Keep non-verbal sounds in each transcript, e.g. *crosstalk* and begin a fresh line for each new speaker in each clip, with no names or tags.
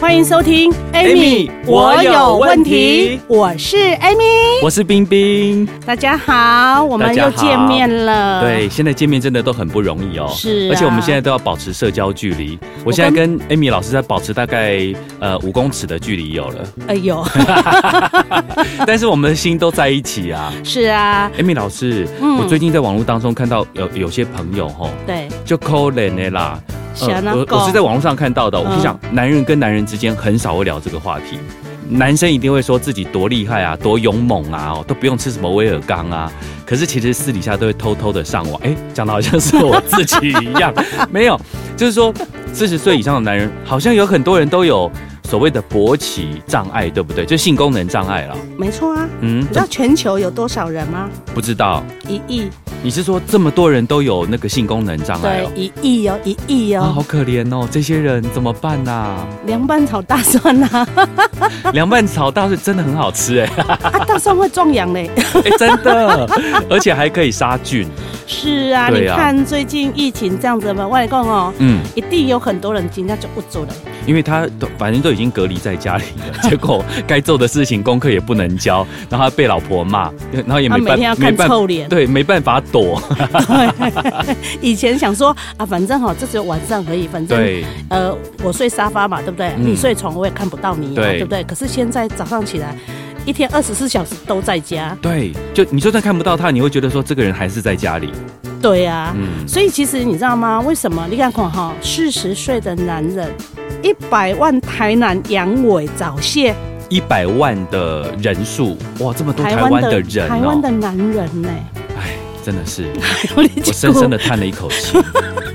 欢迎收听
Amy，我有问题
我是 Amy，
我是冰冰。
大家好，我们又见面了。
对，，现在见面真的都很不容易哦。
呃是啊
而且我们现在都要保持社交距离。我现在跟 Amy 老师在保持大概呃五公尺的距离有了，*laughs*
哎呦，
但是我们的心都在一起啊。
是啊，
Amy 老师，
嗯
我最近在网络当中看到有有些朋友吼，
对，
就抠脸的啦。呃
想啊那
我
个
我是在网络上看到的，我就
嗯
想，男人跟男人之间很少会聊这个话题。男生一定会说自己多厉害啊，多勇猛啊，哦，都不用吃什么威尔刚啊。可是其实私底下都会偷偷的上网，哎，讲的好像是我自己一
*laughs*
样，没有，就是说四十岁以上的男人，好像有很多人都有所谓的勃起障碍，对不对？就性功能障碍了。
没错啊。
嗯
你，知道全球有多少人吗？
不知道，
一亿，
你是说这么多人都有那个性功能障碍
对
哦，？
一亿哦，一亿
啊，好
哦，
可怜哦，这些人怎么办呐、
凉拌炒大蒜啊
*laughs*
呐，
凉拌炒大蒜真的很好
*laughs*
吃哎、
啊，大蒜会壮阳嘞。
哎真的，而且还可以杀菌。
是啊，你
对啊
看最近疫情这样子嘛，我跟你讲哦，
嗯，
一定有很多人今天就不做了。
因为他都反正都已经隔离在家里
*laughs*
了，结果该做的事情功课也不能交，然后他被老婆骂，然后也
他
没
啊每
办
天要
没
看
办
臭脸，
对，没办法
*laughs*
躲。
对，以前想说啊，反正哈、这只有晚上而已，反正
对，
呃，我睡沙发嘛，对不对？
嗯
你睡床，我也看不到你、啊，
对
对不对？可是现在早上起来，一天二十四小时都在家，
对，就你就算看不到他，你会觉得说这个人还是在家里。
对啊。
嗯，
所以其实你知道吗？为什么？你看看哈，四十岁的男人，一百万台南阳痿早泄，
一百万的人数，哇，这么多台湾的人
台湾
哦，
的男人
*laughs*
呢、
哎，真的是。
我 *laughs*
我深深的叹了一口气。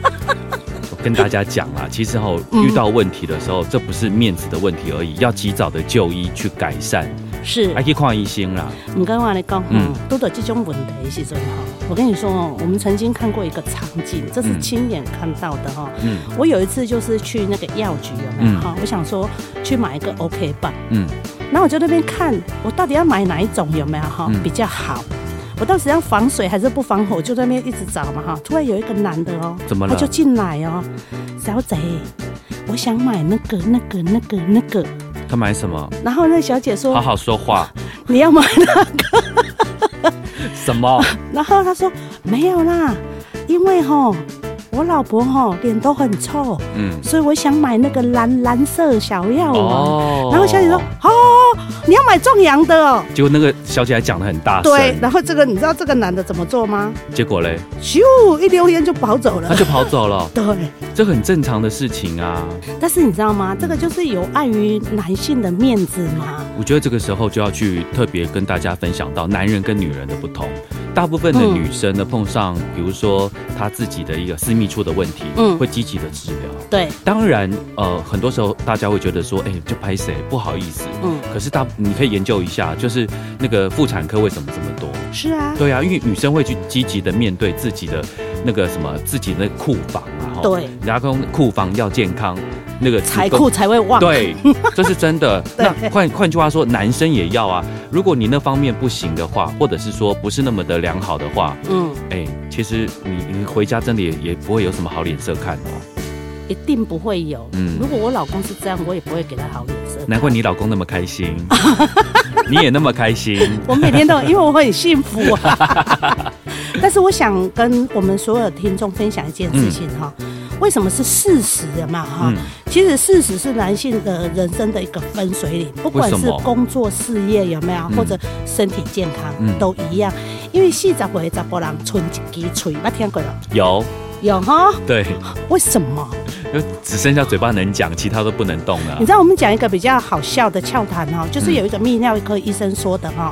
我跟大家讲啦，其实哈、
嗯
遇到问题的时候，这不是面子的问题而已，要及早的就医去改善，
是
还，可以看医生啦。
你跟我来讲，
哎嗯
嗯，都得这种问题是真好。我跟你说哦，我们曾经看过一个场景，这是
嗯
亲眼看到的哈、
嗯
我有一次就是去那个药局有没
嗯
有哈、我想说去买一个 OK 棒，
嗯，
然后我就那边看我到底要买哪一种有没有哈、
嗯
比较好。我当时要防水还是不防火，就在那边一直找嘛哈。突然有一个男的哦、
怎么了
他就进来哦、小姐，我想买那个那个那个那个。
他买什么？
然后那小姐说
好好说话。
你要买那个，
什
*laughs*
么？
然后他说没有啦，因为吼我老婆吼脸都很臭，
嗯，
所以我想买那个蓝蓝色小药丸。
哦
然后小姐说：“哦，你要买壮阳的哦。
结果那个小姐还讲的很”大
对，
声，
然后这个你知道这个男的怎么做吗？
结果嘞，
咻，一溜烟就跑走
他
了。，
就跑走了
对，
这很正常的事情啊。
但是你知道吗？这个就是有碍于男性的面子嘛。
我觉得这个时候就要去特别跟大家分享到男人跟女人的不同。大部分的
嗯
女生呢，碰上比如说她自己的一个私密处的问题，
嗯
会积极的治疗。
对，
当然，呃，很多时候大家会觉得说，哎、就拍谁不好意思。
嗯，
可是大，你可以研究一下，就是那个妇产科为什么这么多？
是啊，
对啊，因为女生会去积极的面对自己的那个什么，自己的库房啊，吼
对
人家说库房要健康，那个子
财
宫
库才会旺。， *laughs*
对，这是真的。
对
那换换句话说，男生也要啊。如果你那方面不行的话，或者是说不是那么的良好的话，
嗯，
哎、其实你你回家真的也也不会有什么好脸色看哦。
一定不会有。
嗯
如果我老公是这样，我也不会给他好脸色。
难怪你老公那么开
*laughs*
心，你也那么开心。
我
*laughs*
每天都，因为我很幸福啊。但是我想跟我们所有听众分享一件事情哈、为什么是事实的嘛哈、
嗯
其实事实是男性的人生的一个分水岭，不管
为什
是
么
工作、事业有没有，
嗯
或者身体健康、
嗯
都一样。因为四十岁的查甫人剩一支嘴，捌听过了？
有
有哈？
对，
为什么？
就只剩下嘴巴能讲，其他都不能动了
你。知道我们讲一个比较好笑的俏谈哈，就是有一个泌尿科医生说的哈、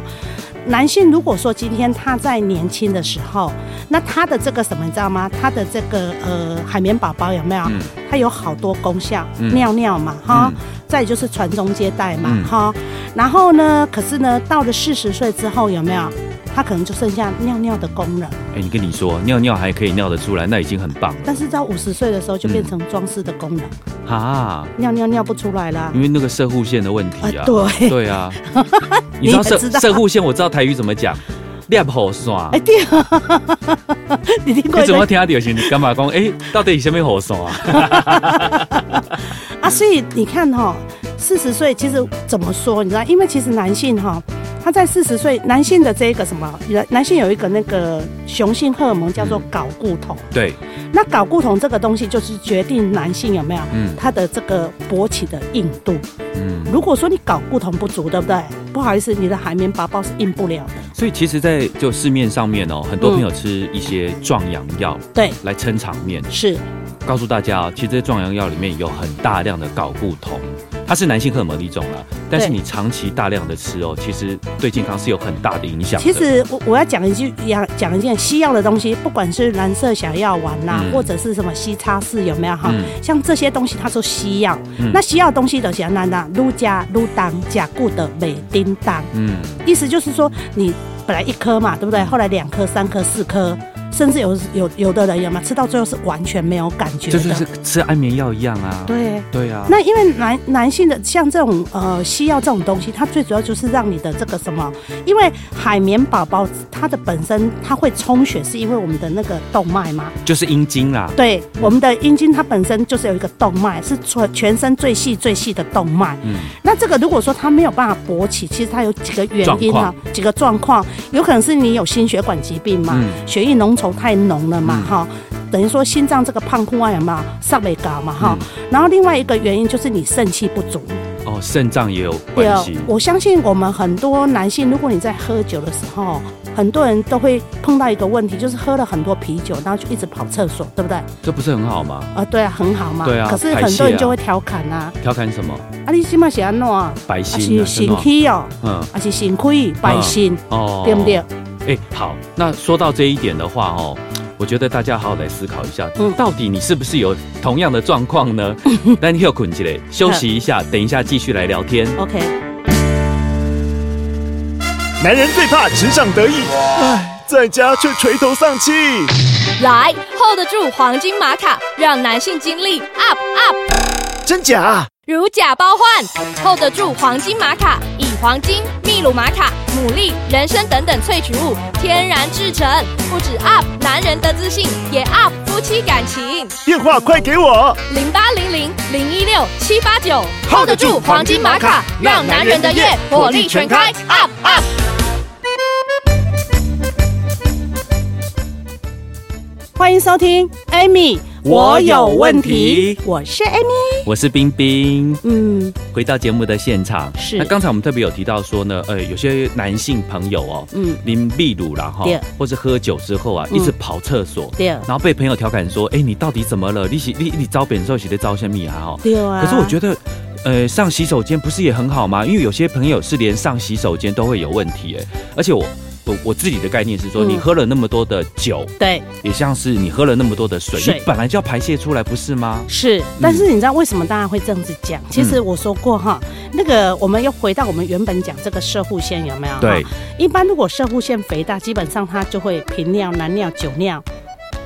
男性如果说今天他在年轻的时候，那他的这个什么你知道吗？他的这个呃海绵宝宝有没有？
嗯
它有好多功效，
嗯
尿尿嘛哈，
嗯
再就是传宗接代嘛
嗯
哈、然后呢，可是呢，到了四十岁之后，有没有？他可能就剩下尿尿的功能，
哎、你跟你说，尿尿还可以尿得出来，那已经很棒了
但是到五十岁的时候就
嗯
变成装饰的功能，
哈，
尿尿尿不出来啦。
因为那个射护线的问题啊。
啊对
对
*laughs*
啊，你
你
知道
也
射
知道
射护线，我知道台语怎么讲，裂好爽。
哎，对，啊 *laughs* 你听过
你
这
怎么
个
听到就是你干嘛讲？哎、到底是什么好爽啊？
啊？所以你看哈、四十岁其实怎么说？你知道，因为其实男性哈、他在四十岁，男性的这个什么，男男性有一个那个雄性荷尔蒙叫做
嗯
睾固酮。
对，
那睾固酮这个东西就是决定男性有没有
嗯
他的这个勃起的硬度。
嗯。
如果说你睾固酮不足，对不对？不好意思，你的海绵宝宝是硬不了的。
所以其实，在就市面上面哦，很多朋友吃一些壮阳药
对，
来撑场面。
是
告诉大家哦，其实这些壮阳药里面有很大量的睾固酮，它是男性荷尔蒙的一种啦。但是
对
你长期大量的吃哦，其实对健康是有很大的影响的。
其实我我要讲一句，讲讲一件西药的东西，不管是蓝色小药丸啦、
嗯
或者是什么西叉四，有没有哈、
嗯
像这些东西，它说西药。
嗯
那西药的东西的简单啦，如加如当甲固的美叮当，
嗯，
意思就是说你本来一颗嘛，对不对？后来两颗、三颗、四颗。甚至有有有的人有嘛，吃到最后是完全没有感觉
就是
的，
是吃安眠药一样啊。
对。
对啊，
那因为男男性的像这种呃西药这种东西，它最主要就是让你的这个什么，因为海绵宝宝它的本身它会充血，是因为我们的那个动脉嘛。
就是阴茎啦。
对，我们的阴茎它本身就是有一个动脉，是全全身最细最细的动脉。
嗯
那这个如果说它没有办法勃起，其实它有几个原因啊，几个状况，有可能是你有心血管疾病嘛，
嗯
血液浓稠太浓了嘛，
嗯
哈、等于说心脏这个胖乎啊有嘛上没高嘛哈，
嗯
然后另外一个原因就是你肾气不足。
哦，肾脏也有
对
关
哦
系。
我相信我们很多男性，如果你在喝酒的时候，很多人都会碰到一个问题，就是喝了很多啤酒，然后就一直跑厕所，对不对？
这不是很好吗？
啊，对啊，很好嘛。
对啊
可是
排
很
泄
多
啊
人就会调侃啊，
调侃什么？
啊，你起码是安怎啊？
白
啊
心
是
啊，是
心
吗
虚哦，
嗯，
啊是心亏百姓，
哦
对不对？？
哎、好，那说到这一点的话哦，我觉得大家好好来思考一下，
嗯
到底你是不是有同样的状况
*laughs*
呢？那你休困起来，休息一下，
嗯
等一下继续来聊天。
OK，
男人最怕职场得意，唉，在家却垂头丧气。
来 hold 得住黄金玛卡，让男性精力 up up，
真假？
如假包换，hold 得住黄金玛卡，以黄金、秘鲁玛卡、牡蛎、人参等等萃取物天然制成，不止 up 男人的自信，也 up 夫妻感情。
电话快给我！
零八零零零一六七八九
hold 得住黄金玛卡让男人的夜火力全开
，up up。
欢迎收听 Amy，
我有问题
我是 Amy。
我是冰冰，
嗯，
回到节目的现场。
是
那刚才我们特别有提到说呢，呃，有些男性朋友哦，
嗯，
淋秘鲁啦哈
对，
或是喝酒之后啊，
嗯
一直跑厕所，
对
然后被朋友调侃说，哎、你到底怎么了？你洗你你招扁受洗的招些米啊？哦，
对啊。
可是我觉得，呃，上洗手间不是也很好吗？因为有些朋友是连上洗手间都会有问题哎，而且我。我我自己的概念是说，
嗯
你喝了那么多的酒，
对
也像是你喝了那么多的水，
水
你本来就要排泄出来，不是吗？
是，但是你知道为什么大家会这样子讲？
嗯
其实我说过哈，那个我们又回到我们原本讲这个射护腺有没有？
对，，
一般如果射护腺肥大，基本上它就会频尿、男尿、酒尿、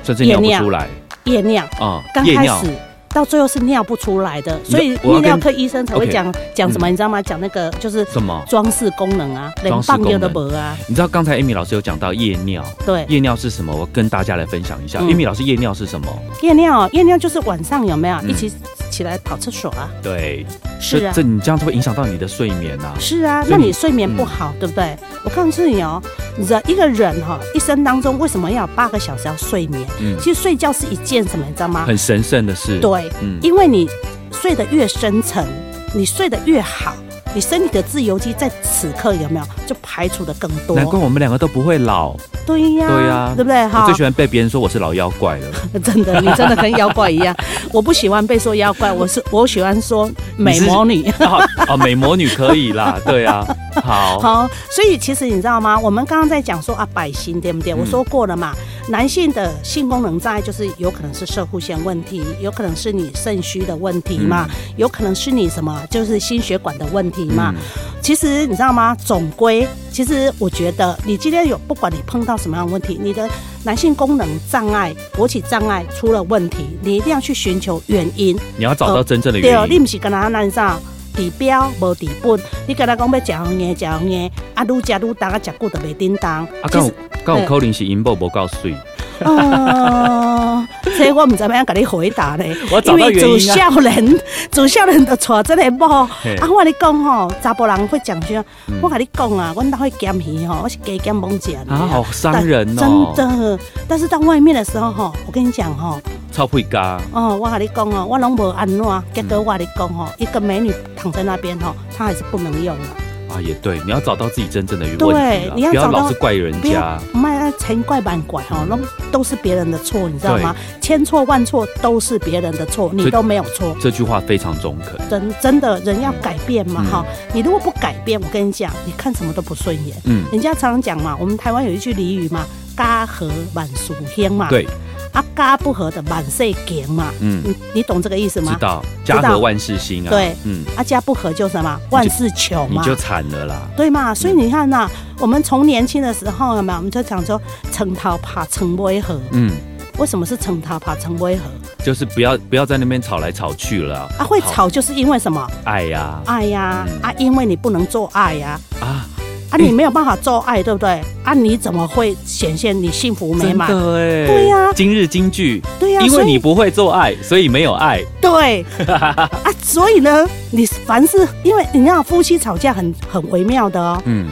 甚至尿不
夜尿
出来
夜尿。
啊，
刚
夜
开
尿
始到最后是尿不出来的，所以
我要
泌
跟
尿科医生才会
OK 嗯
讲讲什么，你知道吗？讲那个就是
什么？
装饰功能啊，
装饰功能
丢的膜啊，
你知道刚才 Amy 老师有讲到夜尿，
对，
夜尿是什么？我跟大家来分享一下。
嗯
Amy 老师，夜尿是什么？
夜尿夜尿就是晚上有没有
嗯
一起起来跑厕所啊？
对，
是
这
啊
这，你这样就会影响到你的睡眠啊。
是啊，
所以
那
你嗯
你睡眠不好，对不对？我告诉你哦，人一个人哈一生当中为什么要有八个小时要睡眠？
嗯，
其实睡觉是一件什么，你知道吗？
很神圣的事。，
对，
嗯，
因为你睡得越深层，你睡得越好，你身体的自由基在此刻有没有就排除的更多？
难怪我们两个都不会老。
对呀、
对呀、
对不对？
我最喜欢被别人说我是老妖怪了， *laughs*
*laughs* 真的，你真的跟妖怪一样。我不喜欢被说妖怪，我是我喜欢说美魔女。
*laughs* 哦哦，美魔女可以
*laughs*
啦，对呀、好，
好，所以其实你知道吗？我们刚刚在讲说啊，百心对不对？
嗯
我说过了嘛，男性的性功能障碍就是有可能是射护腺问题，有可能是你肾虚的问题嘛，
嗯
有可能是你什么就是心血管的问题嘛。其实你知道吗？总归，其实我觉得你今天有不管你碰到什么样的问题，你的男性功能障碍、勃起障碍出了问题，你一定要去寻求原因。
你要找到真正的
对哦
原，
你
因。
毋是跟人咱啥治标无治本，你跟他讲要食红嘢，食红嘢，啊，愈食愈重，啊，食久就袂叮当。
啊，
其
刚
实
有刚有扣零是银波不告税，
*laughs* 呃，所以我唔知要安跟你回答咧。
我找
因
到
为
原
主
因啊。
少人，主少人就娶这个某。
嘿
啊，我跟你讲吼，查甫人会讲啥？
嗯
我跟你讲啊，阮兜会咸鱼吼，我是加减猛食的
啊，好伤人
但
哦，
真的，但是到外面的时候吼，我跟你讲吼，
超会嘎，
哦，我跟你讲哦，我拢无安怎，结果
嗯
我跟你讲吼，一个美女躺在那边吼，她还是不能用啊。
啊，也对，你要找到自己真正的问题
对
啦，
你要
不要
找到
老是怪人
不
家
要。卖千怪万怪哈，那都是别人的错，你知道吗？千错万错都是别人的错，
所
你
以
都没有错。
这句话非常中肯，
真真的人要改变嘛
嗯
哈，你如果不改变，我跟你讲，你看什么都不顺眼。
嗯，
人家常常讲嘛，我们台湾有一句俚语嘛，“家和万事兴”嘛，
对，
啊，家不和的万事兴嘛，
嗯，
你你懂这个意思
知
吗？
道，
知道
家和万事兴啊，
对
嗯，
啊，家不和就什么万事穷
你
嘛，
就惨了啦，
对嘛？所以你看呐、我们从年轻的时候啊嘛，我们就讲说“成桃怕成威和”，
嗯，
为什么是成桃怕成威和？
就是不要不要在那边吵来吵去了
啊，会吵就是因为什么
爱呀
爱呀、
嗯
啊，因为你不能做爱呀、
啊，
啊，你没有办法做爱，对不对？啊，你怎么会显现你幸福美
真
满？
的哎，
对呀
今日金句，
对呀、
因
所
为
以
你不会做爱，所以没有爱， *laughs*
对啊，所以呢，你凡是因为你知道夫妻吵架很很微妙的哦，
嗯，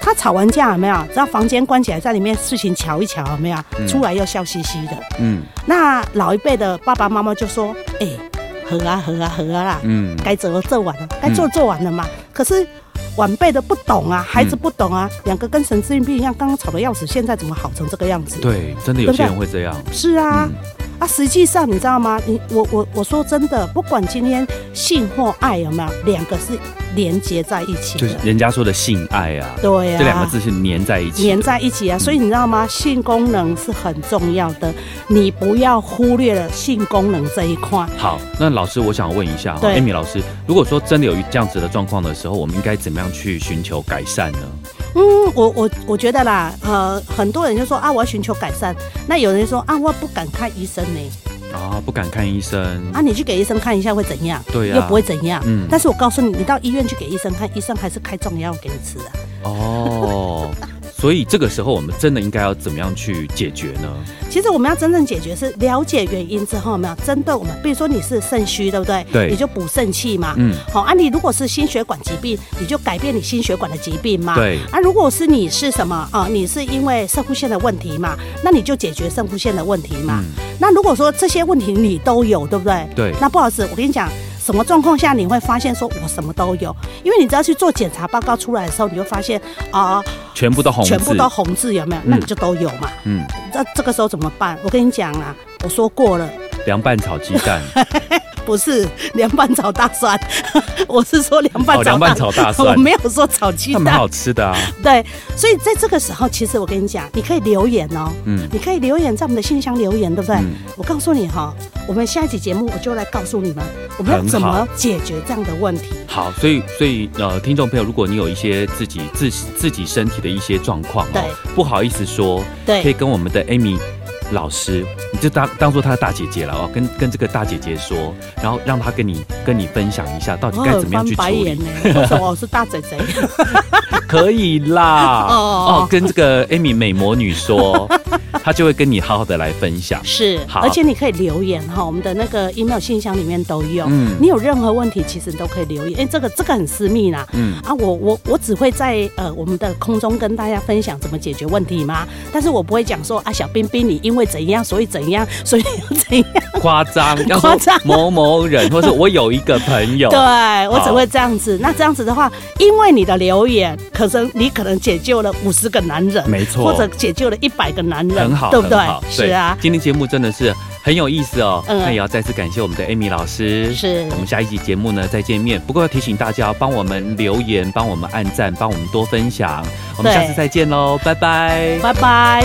他吵完架有没有？只要房间关起来，在里面事情瞧一瞧有没有？
嗯
出来又笑嘻嘻的。
嗯
那老一辈的爸爸妈妈就说：“哎、和啊和啊和啊啦，
嗯，
该做的做完了，该做的做完了嘛。可是晚辈的不懂啊，孩
嗯
子不懂啊，两个跟神经病一样，刚刚吵得要死，现在怎么好成这个样子？，
对，真的有些人会这样，
是啊。
嗯
啊，实际上你知道吗？你我我我说真的，不管今天性或爱有没有，两个是连接在一起
就是
的，
人家说的性爱啊，
对呀、啊，
这两个字是粘在一起，
粘在一起啊，所以你知道吗？性功能是很重要的，你不要忽略了性功能这一块。
好，那老师，我想问一下哈
对
，Amy 老师，如果说真的有这样子的状况的时候，我们应该怎么样去寻求改善呢？
嗯，我我我觉得啦，呃，很多人就说啊，我要寻求改善。那有人说啊，我不敢看医生呢、
啊，不敢看医生
啊，，你去给医生看一下会怎样？
对呀
又不会怎样。
嗯
但是我告诉你，你到医院去给医生看，医生还是开壮药给你吃啊。
哦，所以这个时候我们真的应该要怎么样去解决呢？
其实我们要真正解决是了解原因之后，有没有针对我们，比如说你是肾虚，对不对？
对
你就补肾气嘛。
嗯，
好、啊，你如果是心血管疾病，你就改变你心血管的疾病嘛。。
对，
啊，如果是你是什么啊、你是因为肾固腺的问题嘛，那你就解决肾固腺的问题嘛。
嗯，
那如果说这些问题你都有，对不对？
对，
那不好意思，我跟你讲，什么状况下你会发现说我什么都有？因为你只要去做检查报告出来的时候，你就发现啊、
全部都红字，
全部都红字，有没有？那你就都有嘛。
嗯，
那这个时候怎么办？我跟你讲啊，我说过了，
凉拌炒鸡蛋，
不是 *laughs* 凉拌炒大蒜， *laughs* 我是说 *laughs* 凉拌
哦，
炒
凉拌炒大蒜
*laughs* 我，没有说炒鸡
那蛮
蛋
好。吃的啊，
对，所以在这个时候，其实我跟你讲，你可以留言哦，
嗯
你可以留言在我们的信箱留言，对不对？
嗯
我告诉你哈、我们下一期节目我就来告诉你们，我们要
很
怎
好
么解决这样的问题。
好，所以所以呃，听众朋友，如果你有一些自己自自己身体的一些状况哦，
对
不好意思说，可以
对，
跟我们的 Amy 老师，你就当当做她的大姐姐了哦，跟跟这个大姐姐说，然后让她跟你跟你分享一下到底
我
该
很
怎么样
翻
去处
白眼
理， *laughs*
呢，为什么我是大嘴嘴？
可以啦，
*laughs* 哦
哦，跟这个 Amy 美魔女
*laughs*
说，她就会跟你好好的来分享，
是，
好
而且你可以留言哈，我们的那个 email 信箱里面都有。
嗯
你有任何问题，其实你都可以留言。哎、这个这个很私密啦。
嗯
啊，我我我只会在呃我们的空中跟大家分享怎么解 *laughs* 决问题嘛，但是我不会讲说啊小冰冰你因为怎样所以怎样所以你要怎样，
夸
*laughs*
张，要
夸
说
张
某某人，或是我有一个朋友，
*laughs* 对我只会这样子。那这样子的话，因为你的留言，可能你可能解救了五十个男人，
没错
或者解救了一百个男人，
很好，
对不对
很好？
是啊，
今天节目真的是很有意思哦。
嗯
那也要再次感谢我们的 Amy 老师。
是
我们下一集节目呢再见面。不过要提醒大家，帮我们留言，帮我们按赞，帮我们多分享。我们
对
下次再见喽，拜拜。
拜拜。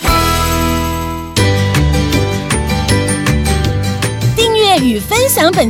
订阅与分享本